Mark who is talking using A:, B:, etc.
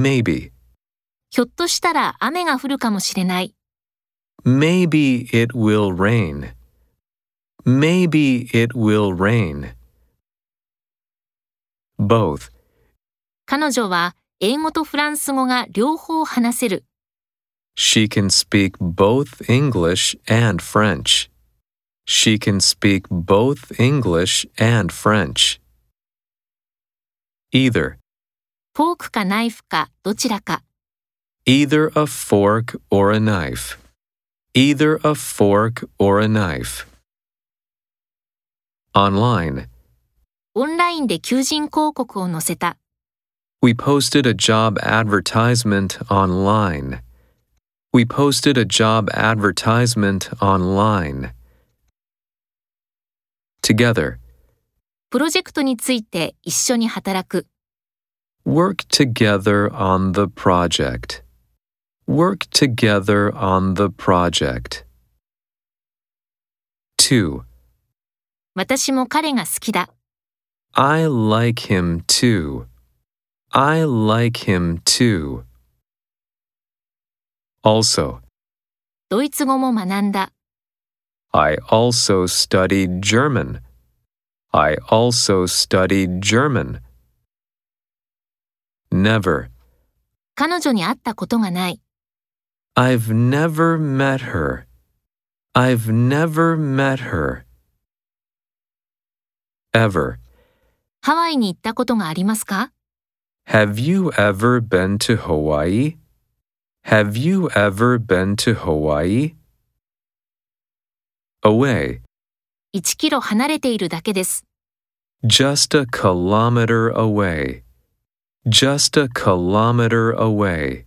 A: Maybe.
B: ひょっとしたら雨が降るかもしれない。
A: Maybe it will rain. Maybe it will rain. Both.
B: 彼女は英語とフランス語が両方話せる。
A: She can speak both English and French. She can speak both English and French. Either.
B: フォークかナイフかどちらか。
A: Either a fork or a knife. Either a fork or a knife. Online.
B: オンラインで求人広告を載せた。
A: We posted a job advertisement online. We posted a job advertisement online. Together.
B: プロジェクトについて一緒に働く。
A: Work together on the project. Work together on the project. 2.
B: 私も彼が好きだ。
A: I like him too. I like him too. Also,
B: ドイツ語も学んだ。
A: I also studied German. I also studied German. Never.
B: 彼女に会ったことがない。
A: I've never met her. I've never met her. Ever.
B: ハワイに行ったことがありますか
A: Have you ever been to Hawaii? Have you ever been to Hawaii? Away,
B: 1キロ離れているだけです。
A: just a kilometer away. Just a kilometer away.